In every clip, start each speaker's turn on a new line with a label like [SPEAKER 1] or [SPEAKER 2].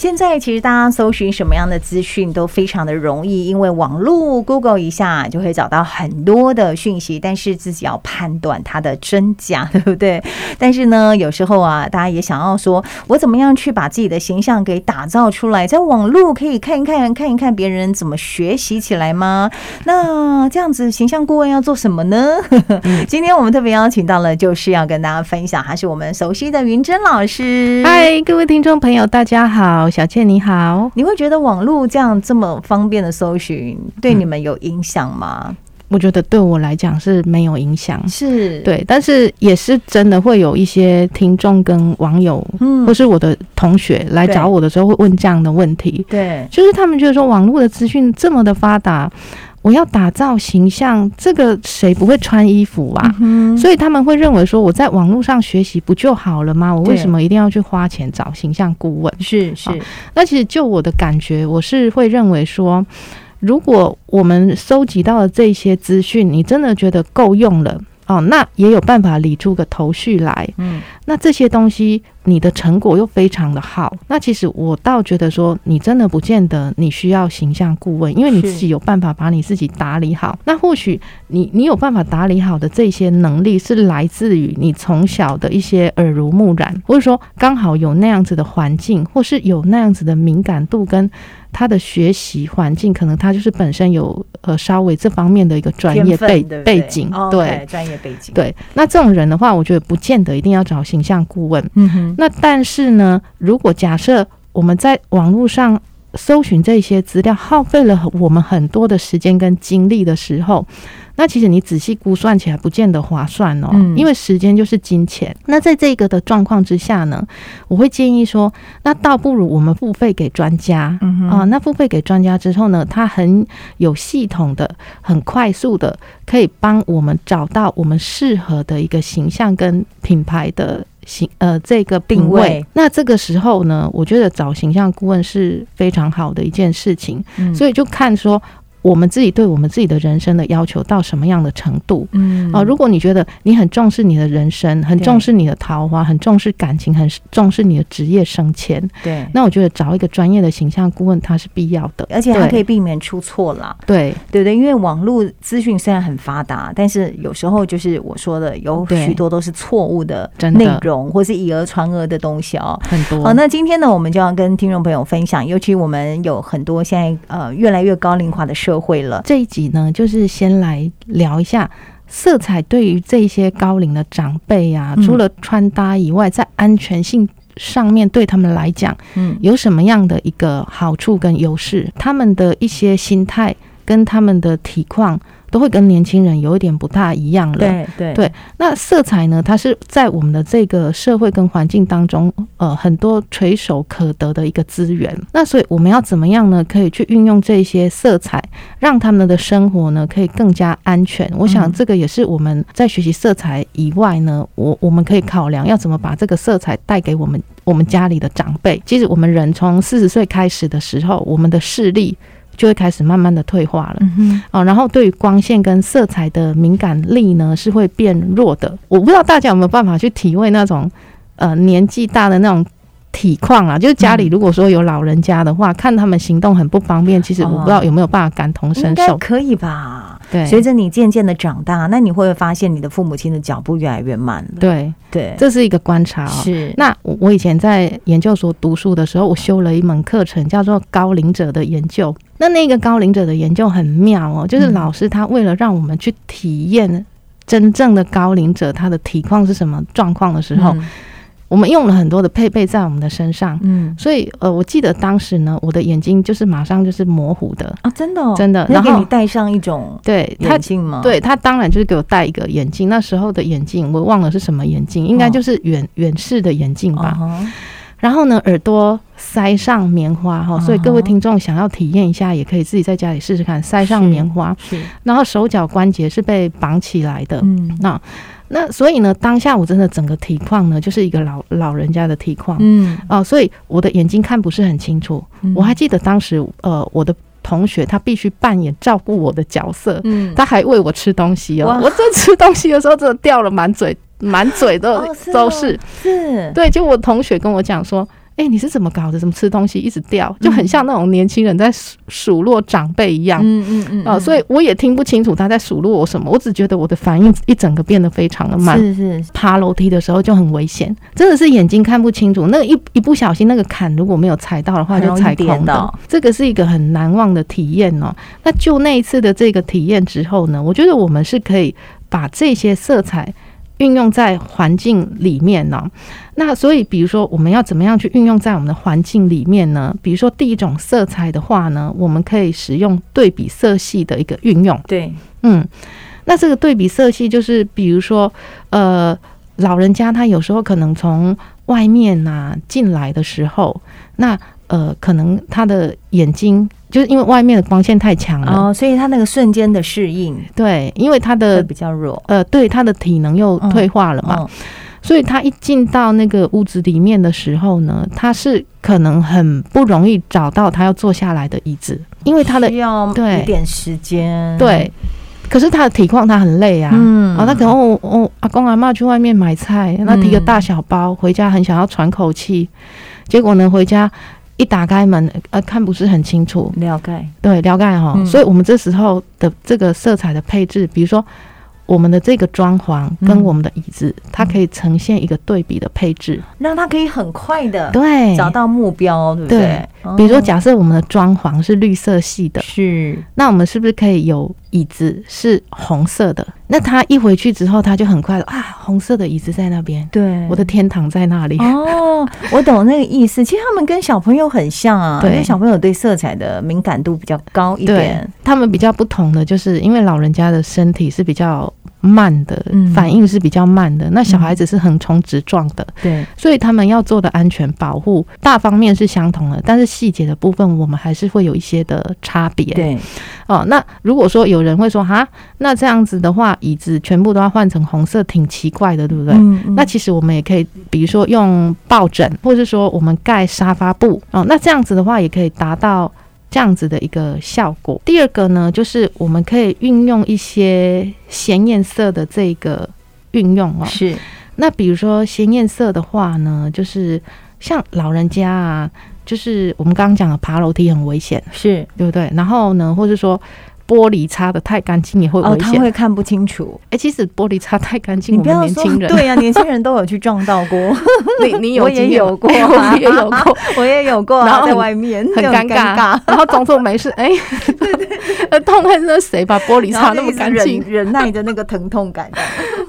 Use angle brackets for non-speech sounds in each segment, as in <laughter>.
[SPEAKER 1] 现在其实大家搜寻什么样的资讯都非常的容易，因为网络 Google 一下就会找到很多的讯息，但是自己要判断它的真假， <laughs> 对不对？但是呢，有时候啊，大家也想要说，我怎么样去把自己的形象给打造出来？在网络可以看一看，看一看别人怎么学习起来吗？那这样子形象顾问要做什么呢？今天我们特别邀请到了，就是要跟大家分享，还是我们熟悉的云珍老师。
[SPEAKER 2] 嗨，各位听众朋友，大家好，小倩你好。
[SPEAKER 1] 你会觉得网络这样这么方便的搜寻对你们有影响吗？
[SPEAKER 2] 我觉得对我来讲是没有影
[SPEAKER 1] 嗯
[SPEAKER 2] 响，
[SPEAKER 1] 是，
[SPEAKER 2] 对，但是也是真的会有一些听众跟网友，
[SPEAKER 1] 嗯
[SPEAKER 2] 或，是我的同学来
[SPEAKER 1] 对
[SPEAKER 2] 找我的时候会问这样的问题，
[SPEAKER 1] 对，
[SPEAKER 2] 就是他们觉得说网络的资讯这么的发达，我要打造形象，这个谁不会穿衣服啊？
[SPEAKER 1] 嗯
[SPEAKER 2] 所以他们会认为说，我在网络上学习不就好了吗？我为
[SPEAKER 1] 对
[SPEAKER 2] 什么一定要去花钱找形象顾问？
[SPEAKER 1] 是是
[SPEAKER 2] 好，那其实就我的感觉，我是会认为说，如果我们收集到的这些资讯，你真的觉得够用了哦，那也有办法理出个头绪来。
[SPEAKER 1] 嗯，
[SPEAKER 2] 那这些东西，你的成果又非常的好，那其实我倒觉得说，你真的不见得你需要形象顾问，因为你
[SPEAKER 1] 是
[SPEAKER 2] 自己有办法把你自己打理好。那或许你你有办法打理好的这些能力，是来自于你从小的一些耳濡目染，或者说刚好有那样子的环境，或是有那样子的敏感度跟。他的学习环境可能他就是本身有呃稍微这方面的一个专业
[SPEAKER 1] 天分
[SPEAKER 2] 背
[SPEAKER 1] 对不对
[SPEAKER 2] 背景，
[SPEAKER 1] 哦
[SPEAKER 2] 对
[SPEAKER 1] OK，专业背景，，
[SPEAKER 2] 对。那这种人的话，我觉得不见得一定要找形象顾问，
[SPEAKER 1] 嗯哼，
[SPEAKER 2] 那但是呢，如果假设我们在网络上搜寻这些资料，耗费了我们很多的时间跟精力的时候，那其实你仔细估算起来，不见得划算哦，
[SPEAKER 1] 嗯
[SPEAKER 2] 因为时间就是金钱。那在这个的状况之下呢，我会建议说，那倒不如我们付费给专家。
[SPEAKER 1] 嗯哼，
[SPEAKER 2] 啊、那付费给专家之后呢，他很有系统的、很快速的，可以帮我们找到我们适合的一个形象跟品牌的形呃这个定位。
[SPEAKER 1] 定位
[SPEAKER 2] 那这个时候呢，我觉得找形象顾问是非常好的一件事情，
[SPEAKER 1] 嗯
[SPEAKER 2] 所以就看说我们自己对我们自己的人生的要求到什么样的程度。
[SPEAKER 1] 嗯
[SPEAKER 2] 哦，如果你觉得你很重视你的人生，很
[SPEAKER 1] 对
[SPEAKER 2] 重视你的桃花，很重视感情，很重视你的职业升迁，
[SPEAKER 1] 对，
[SPEAKER 2] 那我觉得找一个专业的形象顾问，它是必要的，
[SPEAKER 1] 而且它
[SPEAKER 2] 对
[SPEAKER 1] 可以避免出错啦，
[SPEAKER 2] 对
[SPEAKER 1] 对不对？因为网络资讯虽然很发达，但是有时候就是我说的，有
[SPEAKER 2] 对
[SPEAKER 1] 许多都是错误的
[SPEAKER 2] 真的
[SPEAKER 1] 内容，或是以讹传讹的东西哦。
[SPEAKER 2] 很多。
[SPEAKER 1] 好，那今天呢，我们就要跟听众朋友分享，尤其我们有很多现在呃越来越高龄化的社会了，
[SPEAKER 2] 这一集呢，就是先来聊一下色彩对于这些高龄的长辈啊，
[SPEAKER 1] 嗯
[SPEAKER 2] 除了穿搭以外，在安全性。上面对他们来讲
[SPEAKER 1] 嗯，
[SPEAKER 2] 有什么样的一个好处跟优势？他们的一些心态跟他们的体况都会跟年轻人有一点不大一样了。
[SPEAKER 1] 对对
[SPEAKER 2] 对那色彩呢？它是在我们的这个社会跟环境当中，呃，很多垂手可得的一个资源。那所以我们要怎么样呢？可以去运用这些色彩，让他们的生活呢可以更加安全。我想
[SPEAKER 1] 嗯
[SPEAKER 2] 这个也是我们在学习色彩以外呢，我我们可以考量要怎么把这个色彩带给我们我们家里的长辈。其实我们人从四十岁开始的时候，我们的视力就会开始慢慢的退化了。
[SPEAKER 1] 嗯哼，
[SPEAKER 2] 哦，然后对于光线跟色彩的敏感力呢是会变弱的。我不知道大家有没有办法去体会那种呃年纪大的那种体况啊，就是家里
[SPEAKER 1] 嗯
[SPEAKER 2] 如果说有老人家的话，看他们行动很不方便，其实我不知道有没有办法感同
[SPEAKER 1] 哦应
[SPEAKER 2] 身
[SPEAKER 1] 该
[SPEAKER 2] 受。
[SPEAKER 1] 可以吧？
[SPEAKER 2] 对
[SPEAKER 1] 随着你渐渐的长大，那你会不会发现你的父母亲的脚步越来越慢了？
[SPEAKER 2] 对，
[SPEAKER 1] 对，
[SPEAKER 2] 这是一个观察哦。
[SPEAKER 1] 是
[SPEAKER 2] 那我我以前在研究所读书的时候，我修了一门课程，叫做高龄者的研究。那那个高龄者的研究很妙哦，就是
[SPEAKER 1] 嗯
[SPEAKER 2] 老师他为了让我们去体验真正的高龄者他的体况是什么状况的时候，我们用了很多的配备在我们的身上。
[SPEAKER 1] 嗯
[SPEAKER 2] 所以，呃，我记得当时呢，我的眼睛就是马上就是模糊的，
[SPEAKER 1] 啊，真的哦，
[SPEAKER 2] 真的。
[SPEAKER 1] 那
[SPEAKER 2] 然
[SPEAKER 1] 给你
[SPEAKER 2] 后，
[SPEAKER 1] 戴上一种
[SPEAKER 2] 对他
[SPEAKER 1] 眼哦镜吗？，
[SPEAKER 2] 对他当然就是给我戴一个眼镜，那时候的眼镜我忘了是什么眼镜，应该
[SPEAKER 1] 哦
[SPEAKER 2] 就是远远视的眼镜吧。
[SPEAKER 1] 啊
[SPEAKER 2] 然后呢，耳朵塞上棉花哈，
[SPEAKER 1] 嗯哼
[SPEAKER 2] 所以各位听众想要体验一下，也可以自己在家里试试看，塞上
[SPEAKER 1] 是
[SPEAKER 2] 棉花。
[SPEAKER 1] 是，
[SPEAKER 2] 然后手脚关节是被绑起来的。
[SPEAKER 1] 嗯
[SPEAKER 2] 那所以呢，当下我真的整个体况呢，就是一个老老人家的体况
[SPEAKER 1] 嗯，
[SPEAKER 2] 哦、所以我的眼睛看不是很清楚。
[SPEAKER 1] 嗯
[SPEAKER 2] 我还记得当时呃，我的同学他必须扮演照顾我的角色，
[SPEAKER 1] 嗯，
[SPEAKER 2] 他还喂我吃东西哦
[SPEAKER 1] 哇。
[SPEAKER 2] 我在吃东西的时候，真的掉了满嘴满嘴的
[SPEAKER 1] 哦是哦
[SPEAKER 2] 都是。
[SPEAKER 1] 是，
[SPEAKER 2] 对，就我同学跟我讲说，哎、你是怎么搞的？怎么吃东西一直掉，就很像那种年轻人在数数落长辈一样。
[SPEAKER 1] 嗯嗯嗯，
[SPEAKER 2] 啊、所以我也听不清楚他在数落我什么，我只觉得我的反应一整个变得非常的慢。
[SPEAKER 1] 是是，
[SPEAKER 2] 爬楼梯的时候就很危险，真的是眼睛看不清楚。那一一不小心，那个坎如果没有踩到的话，
[SPEAKER 1] 很
[SPEAKER 2] 就
[SPEAKER 1] 容易
[SPEAKER 2] 踩空
[SPEAKER 1] 跌
[SPEAKER 2] 的
[SPEAKER 1] 倒。
[SPEAKER 2] 这个是一个很难忘的体验哦。那就那一次的这个体验之后呢，我觉得我们是可以把这些色彩。运用在环境里面呢、那所以比如说我们要怎么样去运用在我们的环境里面呢？比如说第一种色彩的话呢，我们可以使用对比色系的一个运用，
[SPEAKER 1] 对，
[SPEAKER 2] 嗯，那这个对比色系就是，比如说，呃，老人家他有时候可能从外面呐、进来的时候，那呃，可能他的眼睛就是因为外面的光线太强了，
[SPEAKER 1] 哦，所以他那个瞬间的适应
[SPEAKER 2] 对，因为他
[SPEAKER 1] 会
[SPEAKER 2] 的
[SPEAKER 1] 比较弱
[SPEAKER 2] 呃，对他的体能又
[SPEAKER 1] 嗯
[SPEAKER 2] 退化了嘛，
[SPEAKER 1] 嘛，
[SPEAKER 2] 所以他一进到那个屋子里面的时候呢，他是可能很不容易找到他要坐下来的椅子，因为他的
[SPEAKER 1] 需要
[SPEAKER 2] 对
[SPEAKER 1] 一点时间，
[SPEAKER 2] 对，，可是他的体况他很累啊，
[SPEAKER 1] 嗯
[SPEAKER 2] 啊，那可能我我阿公阿妈去外面买菜，那提个大小包、回家，很想要喘口气，结果呢回家一打开门，呃，看不是很清楚，
[SPEAKER 1] 了解，
[SPEAKER 2] 对，了解哈、
[SPEAKER 1] 嗯
[SPEAKER 2] 所以我们这时候的这个色彩的配置，比如说我们的这个装潢跟
[SPEAKER 1] 嗯
[SPEAKER 2] 我们的椅子，它可以呈现一个对比的配置，
[SPEAKER 1] 让他可以很快的
[SPEAKER 2] 对。
[SPEAKER 1] 找到目标，对不对
[SPEAKER 2] 对？比如说，
[SPEAKER 1] 哦
[SPEAKER 2] 假设我们的装潢是绿色系的，
[SPEAKER 1] 是
[SPEAKER 2] 那我们是不是可以有椅子是红色的？那他一回去之后，他就很快地啊，红色的椅子在那边，
[SPEAKER 1] 对
[SPEAKER 2] 我的天堂在那里。
[SPEAKER 1] 嗯哦，我懂那个意思。其实他们跟小朋友很像啊，因
[SPEAKER 2] 对
[SPEAKER 1] 为小朋友对色彩的敏感度比较高一
[SPEAKER 2] 对
[SPEAKER 1] 点。
[SPEAKER 2] 他们比较不同的，就是因为老人家的身体是比较慢的，
[SPEAKER 1] 嗯
[SPEAKER 2] 反应是比较慢的，那小孩子是横冲直撞的，
[SPEAKER 1] 对，
[SPEAKER 2] 所以他们要做的安全保护大方面是相同的，但是细节的部分我们还是会有一些的差别。
[SPEAKER 1] 对，
[SPEAKER 2] 哦，那如果说有人会说哈，那这样子的话，椅子全部都要换成红色，挺奇怪的，对不对？
[SPEAKER 1] 嗯嗯
[SPEAKER 2] 那其实我们也可以，比如说用抱枕，或是说我们盖沙发布哦。那这样子的话，也可以达到这样子的一个效果。第二个呢，就是我们可以运用一些鲜艳色的这个运用哦。
[SPEAKER 1] 是
[SPEAKER 2] 那比如说鲜艳色的话呢，就是像老人家啊，就是我们刚刚讲的爬楼梯很危险，
[SPEAKER 1] 是
[SPEAKER 2] 对不对？然后呢，或是说。玻璃擦的太干净也会
[SPEAKER 1] 哦，
[SPEAKER 2] 危
[SPEAKER 1] 他
[SPEAKER 2] 险。哎、
[SPEAKER 1] 会看不清楚。
[SPEAKER 2] 其实玻璃擦太干净，
[SPEAKER 1] 你
[SPEAKER 2] 我
[SPEAKER 1] 不
[SPEAKER 2] 们
[SPEAKER 1] 要
[SPEAKER 2] 年
[SPEAKER 1] 说
[SPEAKER 2] 轻人，
[SPEAKER 1] 对啊呀，年轻人都有去撞到过，
[SPEAKER 2] 你
[SPEAKER 1] <laughs>
[SPEAKER 2] 你
[SPEAKER 1] 我
[SPEAKER 2] 有
[SPEAKER 1] 也
[SPEAKER 2] 经验吗
[SPEAKER 1] 有过
[SPEAKER 2] <laughs>
[SPEAKER 1] 啊
[SPEAKER 2] 我也有过，
[SPEAKER 1] <laughs> 我也有过
[SPEAKER 2] 然
[SPEAKER 1] 啊，
[SPEAKER 2] 后
[SPEAKER 1] 在
[SPEAKER 2] 很
[SPEAKER 1] 外面
[SPEAKER 2] 很
[SPEAKER 1] 就
[SPEAKER 2] 尴
[SPEAKER 1] 尬， <laughs>
[SPEAKER 2] 尬，然后装作没事，哎，呃， <laughs> 痛恨那谁把玻璃
[SPEAKER 1] 然
[SPEAKER 2] 擦
[SPEAKER 1] 后就
[SPEAKER 2] 那么
[SPEAKER 1] 一直
[SPEAKER 2] 干
[SPEAKER 1] 忍
[SPEAKER 2] 净，
[SPEAKER 1] 忍耐着那个疼痛感。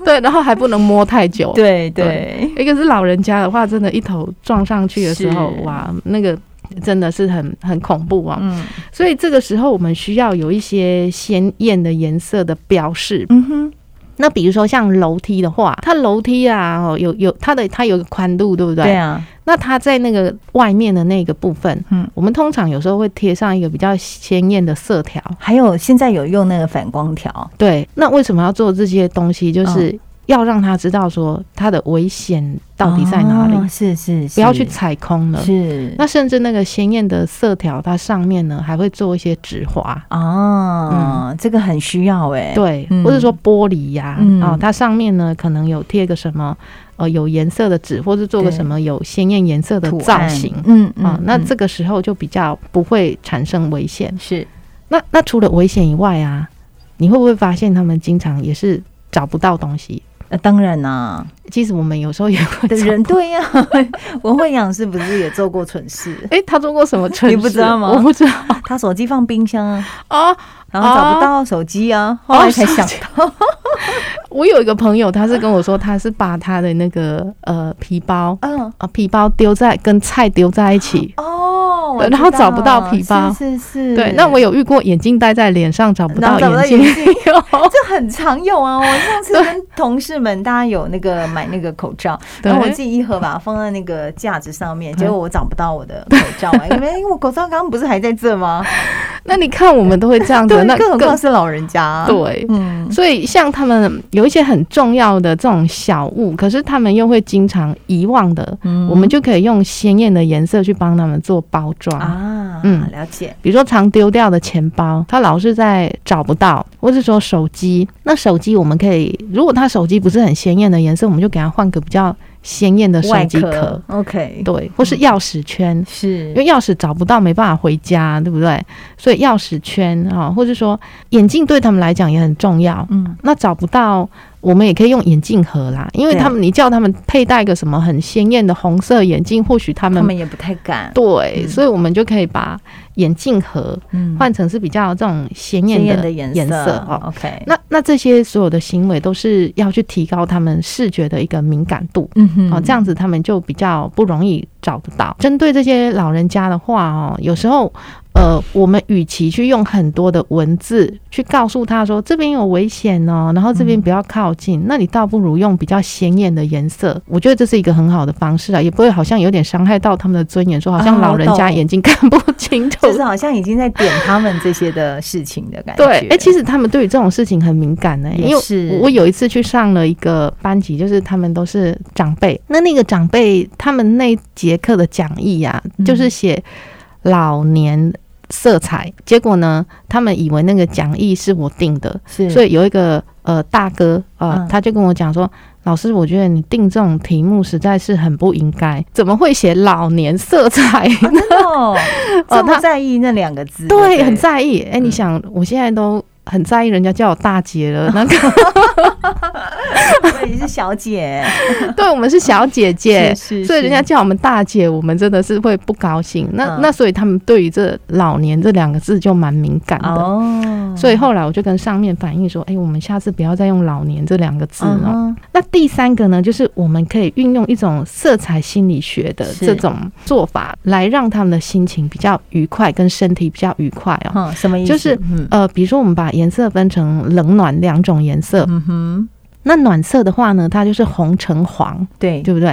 [SPEAKER 2] 对，然后还不能摸太久，。
[SPEAKER 1] <laughs> 对
[SPEAKER 2] 对，一个是老人家的话，真的，一头撞上去的时候，
[SPEAKER 1] 是
[SPEAKER 2] 哇，那个真的是很很恐怖啊！
[SPEAKER 1] 嗯
[SPEAKER 2] 所以这个时候，我们需要有一些鲜艳的颜色的标示。
[SPEAKER 1] 嗯哼，
[SPEAKER 2] 那比如说像楼梯的话，它楼梯啊，哦，有有它的它有个宽度，对不
[SPEAKER 1] 对啊，
[SPEAKER 2] 那它在那个外面的那个部分，
[SPEAKER 1] 嗯
[SPEAKER 2] 嗯，我们通常有时候会贴上一个比较鲜艳的色条。
[SPEAKER 1] 还有现在有用那个反光条，
[SPEAKER 2] 对，那为什么要做这些东西？
[SPEAKER 1] 哦
[SPEAKER 2] 就是要让他知道说它的危险到底在哪里，
[SPEAKER 1] 哦是是，是
[SPEAKER 2] 不要去踩空了。
[SPEAKER 1] 是
[SPEAKER 2] 那甚至那个鲜艳的色条，它上面呢还会做一些指滑，
[SPEAKER 1] 啊，这个很需要哎、
[SPEAKER 2] 对，
[SPEAKER 1] 嗯
[SPEAKER 2] 或者说玻璃呀、啊，
[SPEAKER 1] 嗯
[SPEAKER 2] 它上面呢可能有贴个什么呃有颜色的纸，或是做个
[SPEAKER 1] 对
[SPEAKER 2] 什么有鲜艳颜色的
[SPEAKER 1] 图案
[SPEAKER 2] 造型。
[SPEAKER 1] 嗯嗯，
[SPEAKER 2] 啊、那
[SPEAKER 1] 嗯
[SPEAKER 2] 这个时候就比较不会产生危险。
[SPEAKER 1] 是
[SPEAKER 2] 那那除了危险以外啊，你会不会发现他们经常也是找不到东西？
[SPEAKER 1] 呃，当然 <laughs> 啦、
[SPEAKER 2] 其实我们有时候也会
[SPEAKER 1] 的
[SPEAKER 2] 找
[SPEAKER 1] 人对呀、 <laughs> 文慧养是不是也做过蠢事？
[SPEAKER 2] 哎、他做过什么蠢事？
[SPEAKER 1] 你不知道吗
[SPEAKER 2] 我不知道
[SPEAKER 1] 哦他手机放冰箱啊，
[SPEAKER 2] 啊。
[SPEAKER 1] 然后找不到手机啊，后来才想到，
[SPEAKER 2] <laughs> 我有一个朋友，他是跟我说，他是把他的那个呃皮包
[SPEAKER 1] 嗯。
[SPEAKER 2] 啊皮包丢在跟菜丢在一起。
[SPEAKER 1] 哦，我
[SPEAKER 2] 对
[SPEAKER 1] 知
[SPEAKER 2] 然后
[SPEAKER 1] 道
[SPEAKER 2] 找不到皮包
[SPEAKER 1] 是是是，
[SPEAKER 2] 对，那我有遇过眼镜戴在脸上找不
[SPEAKER 1] 然
[SPEAKER 2] 到
[SPEAKER 1] 后找不到
[SPEAKER 2] 眼镜，
[SPEAKER 1] 眼镜
[SPEAKER 2] 有
[SPEAKER 1] 这很常有
[SPEAKER 2] <laughs>
[SPEAKER 1] 啊。我上次跟同事们，大家有那个买那个口罩，然后我
[SPEAKER 2] 对
[SPEAKER 1] 自己一盒把它放在那个架子上面，
[SPEAKER 2] 嗯
[SPEAKER 1] 结果我找不到我的口罩
[SPEAKER 2] <laughs>
[SPEAKER 1] 啊，因为因为我口罩刚刚不是还在这吗？
[SPEAKER 2] <laughs> 那你看我们都会这样子
[SPEAKER 1] 对，，
[SPEAKER 2] 那
[SPEAKER 1] 更何况是老人家。，
[SPEAKER 2] 对，
[SPEAKER 1] 嗯，
[SPEAKER 2] 所以，像他们有一些很重要的这种小物，可是他们又会经常遗忘的，
[SPEAKER 1] 嗯
[SPEAKER 2] 我们就可以用鲜艳的颜色去帮他们做包装。
[SPEAKER 1] 啊，嗯，
[SPEAKER 2] 嗯
[SPEAKER 1] 了解，
[SPEAKER 2] 比如说常丢掉的钱包，他老是在找不到，或是说手机。那手机我们可以，如果他手机不是很鲜艳的颜色，我们就给他换个比较鲜艳的手
[SPEAKER 1] 外
[SPEAKER 2] 机
[SPEAKER 1] 壳
[SPEAKER 2] 壳，
[SPEAKER 1] ，OK，
[SPEAKER 2] 对，或是钥匙圈，
[SPEAKER 1] 是
[SPEAKER 2] 因为钥匙找不到，没办法回家，对不对？所以钥匙圈啊、或者说眼镜对他们来讲也很重要。
[SPEAKER 1] 嗯，
[SPEAKER 2] 那找不到，我们也可以用眼镜盒啦，因为
[SPEAKER 1] 对
[SPEAKER 2] 他们你叫他们佩戴个什么很鲜艳的红色眼镜，或许
[SPEAKER 1] 他
[SPEAKER 2] 他们
[SPEAKER 1] 们也不太敢，
[SPEAKER 2] 对，
[SPEAKER 1] 嗯
[SPEAKER 2] 所以我们就可以把眼镜盒
[SPEAKER 1] 嗯
[SPEAKER 2] 换成是比较这种鲜
[SPEAKER 1] 鲜
[SPEAKER 2] 艳
[SPEAKER 1] 艳
[SPEAKER 2] 的
[SPEAKER 1] 的颜
[SPEAKER 2] 颜色
[SPEAKER 1] 色
[SPEAKER 2] 哦。
[SPEAKER 1] ，OK，
[SPEAKER 2] 那那这些所有的行为都是要去提高他们视觉的一个敏感度。
[SPEAKER 1] 嗯哼
[SPEAKER 2] 哦，这样子他们就比较不容易找得到。针对这些老人家的话，哦，有时候，呃，我们与其去用很多的文字去告诉他说这边有危险哦，然后这边
[SPEAKER 1] 嗯
[SPEAKER 2] 不要靠近，那你倒不如用比较鲜艳的颜色。我觉得这是一个很好的方式啊，也不会好像有点伤害到他们的尊严，说好像
[SPEAKER 1] 啊
[SPEAKER 2] 老人
[SPEAKER 1] 我
[SPEAKER 2] 家
[SPEAKER 1] 懂
[SPEAKER 2] 眼睛看不清楚。
[SPEAKER 1] <laughs> 就是好像已经在点他们这些的事情的感觉，
[SPEAKER 2] 对，哎、其实他们对于这种事情很敏感呢、因
[SPEAKER 1] 也
[SPEAKER 2] 为
[SPEAKER 1] 是
[SPEAKER 2] 我有一次去上了一个班级，就是他们都是长辈。那那个长辈他们那节课的讲义啊，
[SPEAKER 1] 嗯
[SPEAKER 2] 就是写老年色彩。结果呢，他们以为那个讲义是我定的，
[SPEAKER 1] 是哦
[SPEAKER 2] 所以有一个呃大哥啊、呃
[SPEAKER 1] 嗯
[SPEAKER 2] 他就跟我讲说。老师，我觉得你定这种题目实在是很不应该，怎么会写老年色
[SPEAKER 1] <laughs>
[SPEAKER 2] 彩？
[SPEAKER 1] 啊真的
[SPEAKER 2] <laughs>
[SPEAKER 1] 哦这么
[SPEAKER 2] 他
[SPEAKER 1] 在意那两个字，
[SPEAKER 2] 对，
[SPEAKER 1] 不
[SPEAKER 2] 很在意。哎、你
[SPEAKER 1] 嗯
[SPEAKER 2] 想，我现在都很在意人家叫我大姐了，
[SPEAKER 1] <laughs>
[SPEAKER 2] 那个
[SPEAKER 1] 对，你是小姐，
[SPEAKER 2] <laughs> 对我们是小姐姐。
[SPEAKER 1] 是是
[SPEAKER 2] 所以人家叫我们大姐，我们真的是会不高兴。那、
[SPEAKER 1] 嗯
[SPEAKER 2] 那所以他们对于这“老年”这两个字就蛮敏感的。
[SPEAKER 1] 哦，
[SPEAKER 2] 所以后来我就跟上面反映说：“哎、我们下次不要再用‘老年’这两个字
[SPEAKER 1] 嗯
[SPEAKER 2] 哦。
[SPEAKER 1] 哼
[SPEAKER 2] 那第三个呢，就是我们可以运用一种色彩心理学的
[SPEAKER 1] 是
[SPEAKER 2] 这种做法，来让他们的心情比较愉快，跟身体比较愉快哦。
[SPEAKER 1] 嗯，什么意思？
[SPEAKER 2] 就是
[SPEAKER 1] 嗯
[SPEAKER 2] 呃，比如说我们把颜色分成冷暖两种颜色，
[SPEAKER 1] 嗯哼，
[SPEAKER 2] 那暖色的话呢，它就是红橙黄，
[SPEAKER 1] 对，
[SPEAKER 2] 对不对？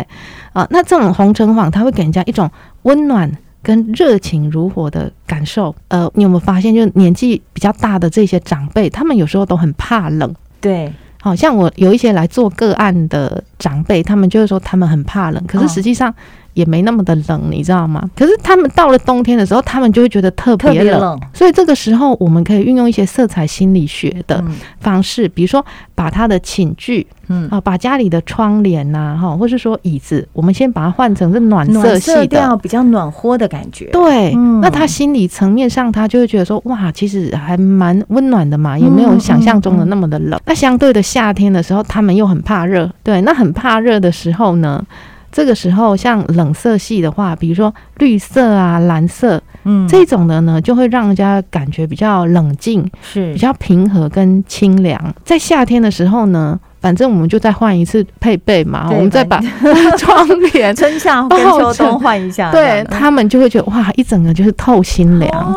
[SPEAKER 2] 啊、那这种红橙黄，它会给人家一种温暖。跟热情如火的感受，呃，你有没有发现，就是年纪比较大的这些长辈，他们有时候都很怕冷。
[SPEAKER 1] 对，
[SPEAKER 2] 好像我有一些来做个案的长辈，他们就是说他们很怕冷，可
[SPEAKER 1] 哦
[SPEAKER 2] 是实际上也没那么的冷，你知道吗？可是他们到了冬天的时候，他们就会觉得特
[SPEAKER 1] 特
[SPEAKER 2] 别
[SPEAKER 1] 别
[SPEAKER 2] 冷。
[SPEAKER 1] 冷
[SPEAKER 2] 所以这个时候，我们可以运用一些色彩心理学的
[SPEAKER 1] 嗯
[SPEAKER 2] 方式，比如说把它的寝具
[SPEAKER 1] 嗯
[SPEAKER 2] 啊、把家里的窗帘呐、哈，或是说椅子，我们先把它换成是暖色
[SPEAKER 1] 暖
[SPEAKER 2] 系
[SPEAKER 1] 色
[SPEAKER 2] 的。
[SPEAKER 1] 调比较暖和的感觉，
[SPEAKER 2] 对，
[SPEAKER 1] 嗯
[SPEAKER 2] 那他心理层面上，他就会觉得说，哇，其实还蛮温暖的
[SPEAKER 1] 嗯
[SPEAKER 2] 嘛，也没有想象中的那么的冷。那相对的，夏天的时候，他们又很怕热，对，那很怕热的时候呢，这个时候像冷色系的话，比如说绿色啊、蓝色，
[SPEAKER 1] 嗯，
[SPEAKER 2] 这种的呢，就会让人家感觉比较冷静、
[SPEAKER 1] 是
[SPEAKER 2] 比较平和跟清凉。在夏天的时候呢，反正我们就再换一次配备嘛，
[SPEAKER 1] 对
[SPEAKER 2] 我们再把 <laughs> 窗
[SPEAKER 1] <laughs>
[SPEAKER 2] 帘，
[SPEAKER 1] 春夏跟
[SPEAKER 2] 抱
[SPEAKER 1] 秋
[SPEAKER 2] 着
[SPEAKER 1] 冬换一下，
[SPEAKER 2] 对
[SPEAKER 1] 这样
[SPEAKER 2] 他们就会觉得哇，一整个就是透心
[SPEAKER 1] 的
[SPEAKER 2] 凉。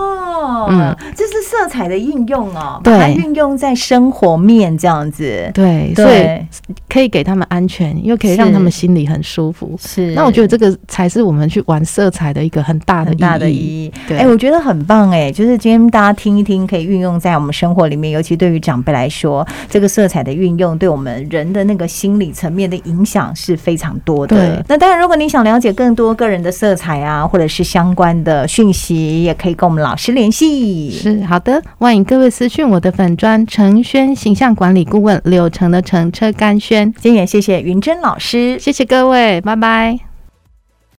[SPEAKER 1] 哦，
[SPEAKER 2] 嗯
[SPEAKER 1] 这是色彩的应用哦，
[SPEAKER 2] 对
[SPEAKER 1] 把它运用在生活面这样子，
[SPEAKER 2] 对，所以
[SPEAKER 1] 对，
[SPEAKER 2] 可以给他们安全，又可以让
[SPEAKER 1] 是
[SPEAKER 2] 他们心里很舒服。
[SPEAKER 1] 是
[SPEAKER 2] 那我觉得这个才是我们去玩色彩的一个很大的
[SPEAKER 1] 很大的意
[SPEAKER 2] 义。
[SPEAKER 1] 义。
[SPEAKER 2] 对
[SPEAKER 1] 哎、我觉得很棒哎、就是今天大家听一听，可以运用在我们生活里面，尤其对于长辈来说，这个色彩的运用对我们人的那个心理层面的影响是非常多的
[SPEAKER 2] 对。
[SPEAKER 1] 那当然，如果你想了解更多个人的色彩啊，或者是相关的讯息，也可以跟我们老师联系。
[SPEAKER 2] 是好的，欢迎各位私讯我的粉砖陈轩形象管理顾问柳橙的橙车甘轩，
[SPEAKER 1] 今天也谢谢云珍老师。
[SPEAKER 2] 谢谢各位，拜拜。